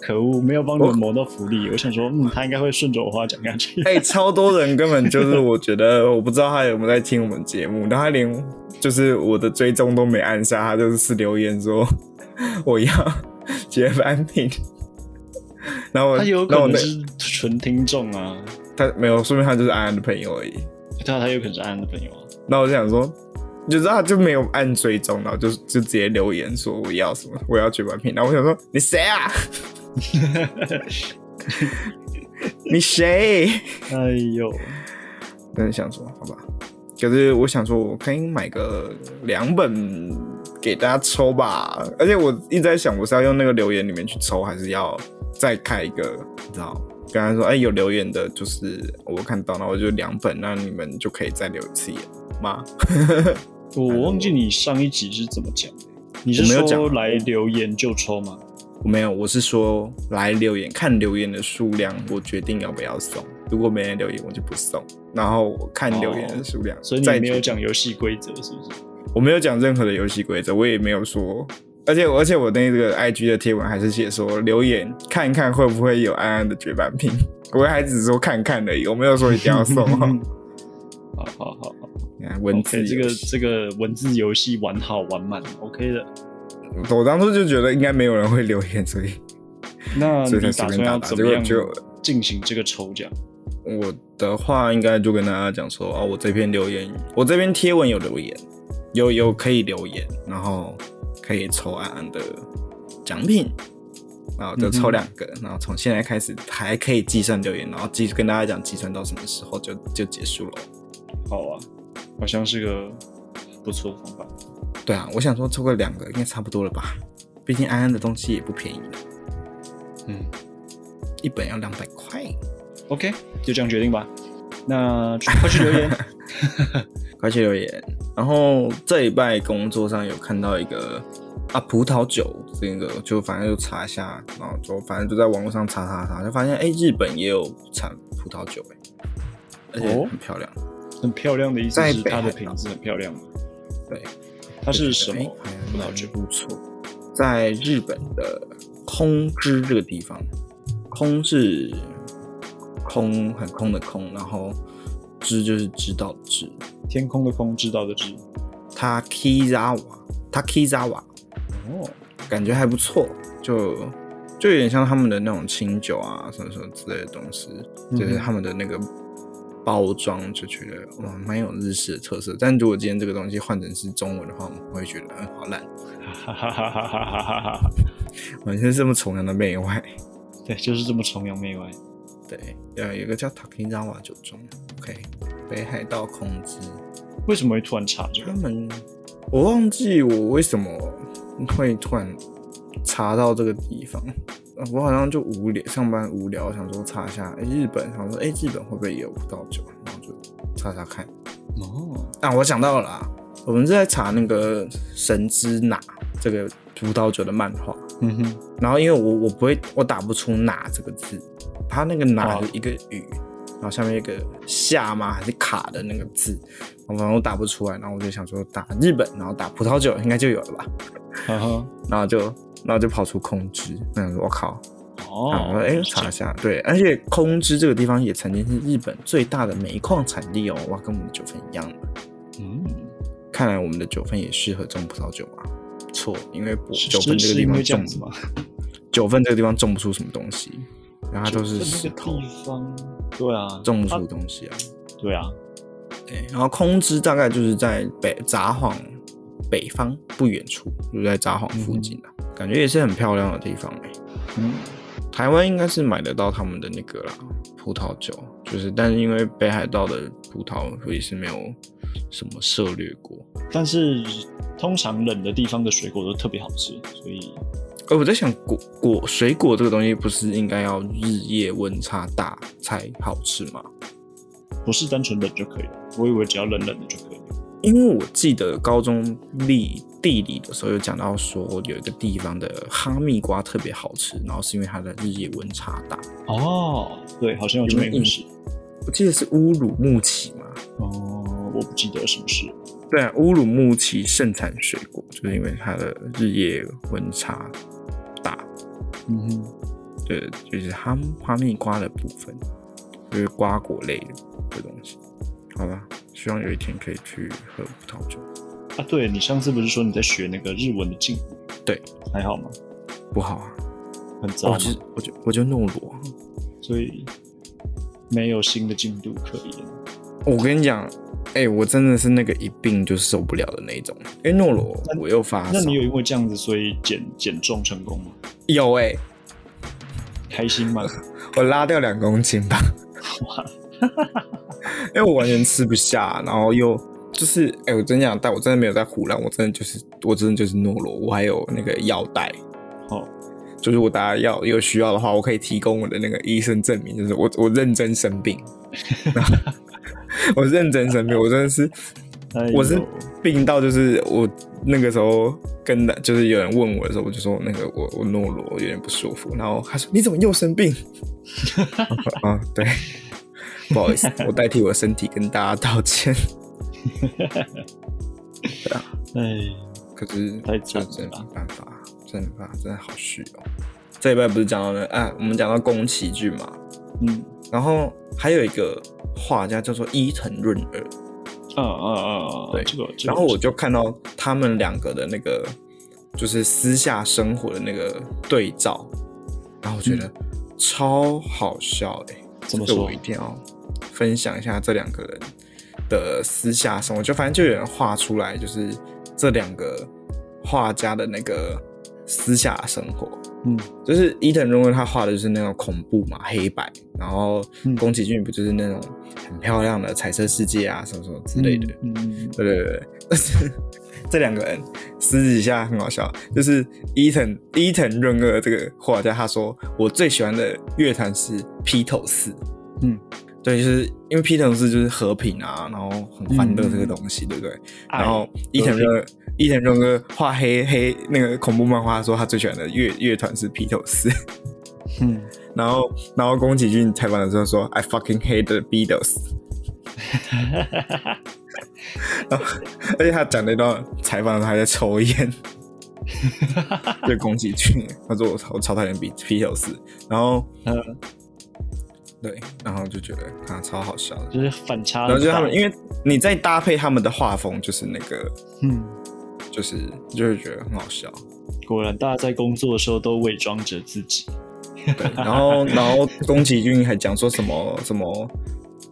B: 可恶，没有帮你们谋到福
A: 哦
B: 利。我想说，嗯，他应该会顺着我话讲下去。
A: 哎、超多人根本就是，我觉得我不知道他有没有在听我们节目，然后他连就是我的追踪都没按下，他就是留言说我要结翻屏，然后我
B: 他有
A: 然后
B: 可
A: 我哦那
B: 能是纯听众啊，
A: 他没有，说明他就是安安的朋友而已。
B: 对啊，他有可能是安安的朋友啊。
A: 那我就想说，你知道他就没有按追踪，然后就就直接留言说我要什么，我要绝版品。然后我想说，你谁啊？你谁？
B: 哎呦，
A: 但是想说，好吧。可是我想说，我可以买个两本给大家抽吧。而且我一直在想，我是要用那个留言里面去抽，还是要再开一个？你知道，跟他说，哎、有留言的，就是我看到，那我就两本，那你们就可以再留一次言。吗？
B: 我忘记你上一集是怎么讲的，你是
A: 我没有讲
B: 说
A: 啊
B: 来留言就抽吗？
A: 我没有，我是说来留言，看留言的数量，我决定要不要送。如果没人留言，我就不送。然后我看留言的数量，
B: 哦所以你
A: 再
B: 没有
A: 决
B: 讲游戏规则是不是？
A: 我没有讲任何的游戏规则，我也没有说，而且而且我那个 IG 的贴文还是写说留言看一看会不会有安安的绝版品， 我还只是说看看而已，我没有说一定要送 哦。
B: 好好好好
A: 你看文字
B: OK，这
A: 游
B: 个
A: 戏
B: 这个文字游戏玩好玩满，OK 的。
A: 我当初就觉得应该没有人会留言，所以
B: 那
A: 所
B: 你
A: 以才
B: 打
A: 随
B: 算
A: 便
B: 要
A: 打打
B: 怎么样
A: 结果
B: 进行这个抽奖？
A: 我的话应该就跟大家讲说，哦，我这篇留言，我这篇贴文有留言，有有可以留言，然后可以抽安安的奖品，然后就抽两个，然后从现在开始还可以计算留言，然后计跟大家讲计算到什么时候就就结束了。
B: 好啊，好像是个不错的方法。
A: 对啊，我想说抽个两个应该差不多了吧，毕竟安安的东西也不便宜了，
B: 嗯
A: 一本要两百块，
B: ，OK，就这样决定吧。那去快去留言。
A: 快去留言。然后这一拜工作上有看到一个啊葡萄酒这个，就反正就查一下，然后就反正就在网络上查查查，就发现哎、诶日本也有产葡萄酒哎、而且
B: 哦
A: 很漂亮。
B: 很漂亮的意思
A: 在
B: 是
A: 北
B: 它的
A: 海
B: 瓶子很漂亮吗？
A: 对，
B: 它是什么葡
A: 葡
B: 萄
A: 萄酒？
B: 酒
A: 不错，在日本的空知这个地方，空是空很空的空，然后知就是知道的知，
B: 天空的空，知道的知。
A: 它 Kizawa，它 Kizawa
B: 哦，
A: 感觉还不错，就就有点像他们的那种清酒啊，什么什么之类的东西，
B: 嗯
A: 就是他们的那个包装就觉得哇，蛮有日式的特色。但如果今天这个东西换成是中文的话，我们会觉得嗯，好烂，
B: 哈哈哈哈哈哈哈哈！
A: 完全是这么崇洋的媚外。
B: 对，就是这么崇洋媚外。
A: 对，呃，有一个叫塔 a 扎瓦酒庄，OK，北海道空知，
B: 为什么会突然查这
A: 他
B: 个？
A: 们我忘记我为什么会突然查到这个地方。呃我好像就无聊，上班无聊，想说查一下，哎、日本，想说，哎、日本会不会也有葡萄酒？然后就查查看。
B: 哦，
A: 啊，我想到了啦，我们是在查那个《神之哪》这个葡萄酒的漫画，
B: 嗯哼，
A: 然后因为我我不会，我打不出“哪”这个字，它那个“哪”
B: 哇
A: 是一个雨，然后下面一个下吗？还是卡的那个字，我反正我打不出来，然后我就想说打日本，然后打葡萄酒应该就有了吧，
B: 哈哈。
A: 然后就然后就跑出空知，那样子我靠，然后
B: 哦，
A: 哎、
B: 是这
A: 查一
B: 样
A: 下，对，而且空知这个地方也曾经是日本最大的煤矿产地哦，哇，跟我们的九份一样的，
B: 嗯，
A: 看来我们的九份也适合种葡萄酒啊。错，因为
B: 是
A: 九份这个
B: 是是
A: 地
B: 因
A: 方
B: 为这
A: 种
B: 样子吗？
A: 九份这个地方种不出什么东西，然后它都是石
B: 那个
A: 头
B: 地，方，对啊，
A: 种不
B: 它
A: 出东西啊。
B: 对啊，
A: 对，然后空知大概就是在北札幌北方不远处，就是在札幌附近啊，感觉也是很漂亮的地方哎、
B: 嗯，
A: 台湾应该是买得到他们的那个啦，葡萄酒，就是但是因为北海道的葡萄也是没有什么涉略过。
B: 但是通常冷的地方的水果都特别好吃，所以
A: 而呃我在想果果水果这个东西不是应该要日夜温差大才好吃吗？
B: 不是单纯冷就可以了。我以为只要冷冷的就可以了。
A: 因为我记得高中历地理的时候有讲到说，有一个地方的哈密瓜特别好吃，然后是因为它的日夜温差大。
B: 哦，对，好像有这么一
A: 有没有哦
B: 回事。
A: 我记得是乌鲁木齐嘛？
B: 哦，我不记得什么事。
A: 对啊，乌鲁木齐盛产水果，就是因为它的日夜温差大。
B: 嗯哼，
A: 对，就是哈哈密瓜的部分，就是瓜果类的东西。好吧，希望有一天可以去喝葡萄酒。
B: 啊，对你上次不是说你在学那个日文的敬语？
A: 对，
B: 还好吗？
A: 不好啊，
B: 很糟
A: 我
B: 吗？
A: 就我就我就懦弱。
B: 所以没有新的进度可言。
A: 我跟你讲，哎、我真的是那个一病就受不了的那一种。哎、诺罗，我又发
B: 那
A: 烧
B: 你，有因为这样子所以减减重成功吗？
A: 有哎、
B: 开心吗？
A: 我拉掉两公斤 吧。
B: 哇，
A: 因为我完全吃不下，然后又就是，哎、我真讲，但我真的没有在胡乱，我真的就是，我真的就是懦弱。我还有那个药袋，
B: 哦，
A: 就是我大家要有需要的话，我可以提供我的那个医生证明， 就是我我认真生病，然后我认真生病，我真的是
B: 哎呦
A: 我是病到就是我那个时候跟的就是有人问我的时候，我就说那个我我诺罗有点不舒服，然后他说你怎么又生病？ 我说啊，对，不好意思，我代替我的身体跟大家道歉。
B: 哎，
A: 可是
B: 太惨了
A: 就真的没办法，真的没办法，真的好虚哦。这礼拜不是讲到了啊，我们讲到宫崎骏嘛，
B: 嗯
A: 然后还有一个画家叫做伊藤润二，
B: 啊啊啊啊，
A: 对
B: 这个，这个
A: 然后我就看到他们两个的那个就是私下生活的那个对照，然后我觉得超好笑哎、欸，
B: 嗯怎么
A: 这个
B: 说
A: 我一定要分享一下这两个人的私下生活，就反正就有人画出来，就是这两个画家的那个私下生活。
B: 嗯
A: 就是伊藤润二他画的就是那种恐怖嘛，黑白，然后
B: 嗯
A: 宫崎骏不就是那种很漂亮的彩色世界啊，什么什么之类的。
B: 嗯嗯
A: 对对对对，但是 这两个人私底下很好笑，就是伊藤伊藤润二这个画家，他说我最喜欢的乐坛是披头士，
B: 嗯，
A: 对，就是因为披头士就是和平啊，然后很欢乐这个东西，对不对？
B: 嗯爱
A: 然后伊藤润二伊藤润二画黑黑那个恐怖漫画，他说他最喜欢的乐乐团是披头士，
B: 嗯，
A: 然后然后宫崎骏采访的时候说 I fucking hate the Beatles。然后，而且他讲那段采访，他还在抽烟，就宫崎骏，他说我超我超讨厌比披头士，然后
B: 嗯
A: 对，然后就觉得啊超好笑的，
B: 就是反差
A: 然后
B: 很大，
A: 就是他们，因为你再搭配他们的画风，就是那个
B: 嗯，
A: 就是就会觉得很好笑，
B: 果然大家在工作的时候都伪装着自己，
A: 对，然后然后宫崎骏还讲说什么什么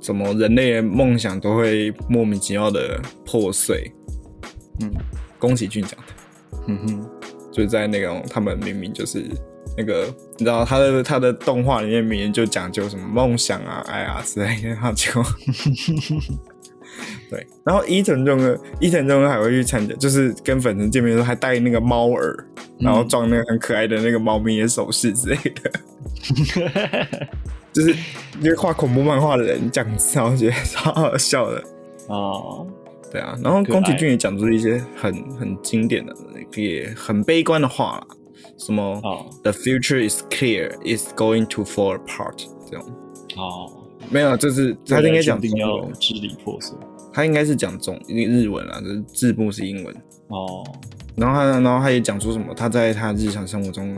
A: 什么人类的梦想都会莫名其妙的破碎，
B: 嗯
A: 宫崎骏讲的。
B: 嗯哼，
A: 就在那种他们明明就是那个，你知道他的他的动画里面明明就讲究什么梦想啊、爱啊之类的，然后就对，然后伊藤润二，伊藤润二还会去参加，就是跟粉丝见面的时候还戴那个猫耳，然后装那个很可爱的那个猫咪的首饰之类的，就是因为画恐怖漫画的人这样子，然后觉得超好笑的。
B: 哦，
A: 对啊，然后
B: 可
A: 宫崎
B: 爱
A: 骏也讲出一些很很经典的，也很悲观的话啦，什么、
B: 好
A: The future is clear, it's going to fall apart” 这种。
B: 好，
A: 没有，这是他应该讲
B: 定
A: 中
B: 要
A: 文，
B: 支离破碎，
A: 他应该是讲中日文啦，就是字幕是英文。
B: 哦，
A: 然后他，然后他也讲出什么，他在他日常生活中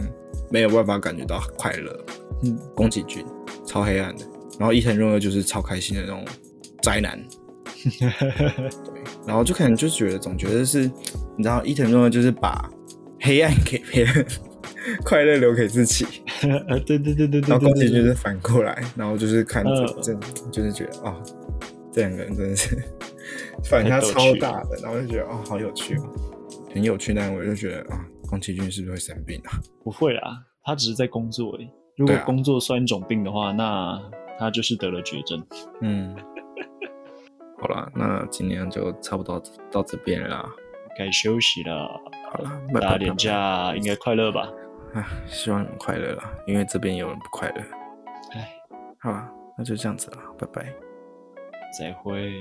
A: 没有办法感觉到快乐。
B: 嗯，
A: 宫崎骏超黑暗的，然后伊藤润二就是超开心的那种宅男。然后就可能就觉得总觉得是，你知道伊藤润二就是把黑暗给别人， 快乐留给自己。
B: 呃，对对对对对对，
A: 然后宫崎
B: 对
A: 骏是反过来，然后就是看
B: 嗯
A: 这这，就是觉得哦，这两个人真的是反差
B: 太逗
A: 超
B: 趣
A: 大的，然后就觉得哦，好有趣哦，很有趣。但我就觉得啊，宫崎骏是不是会生病啊？
B: 不会啦，他只是在工作而已。如果
A: 对啊
B: 工作算一种病的话，那他就是得了绝症。
A: 嗯，好啦，那今天就差不多到到这边啦。
B: 该休息了，
A: 好啦，拜
B: 大
A: 拜
B: 家年假应该快乐吧？
A: 啊，希望你们快乐啦，因为这边有人不快乐。
B: 哎，
A: 好啦，那就这样子啦，拜拜。
B: 再会。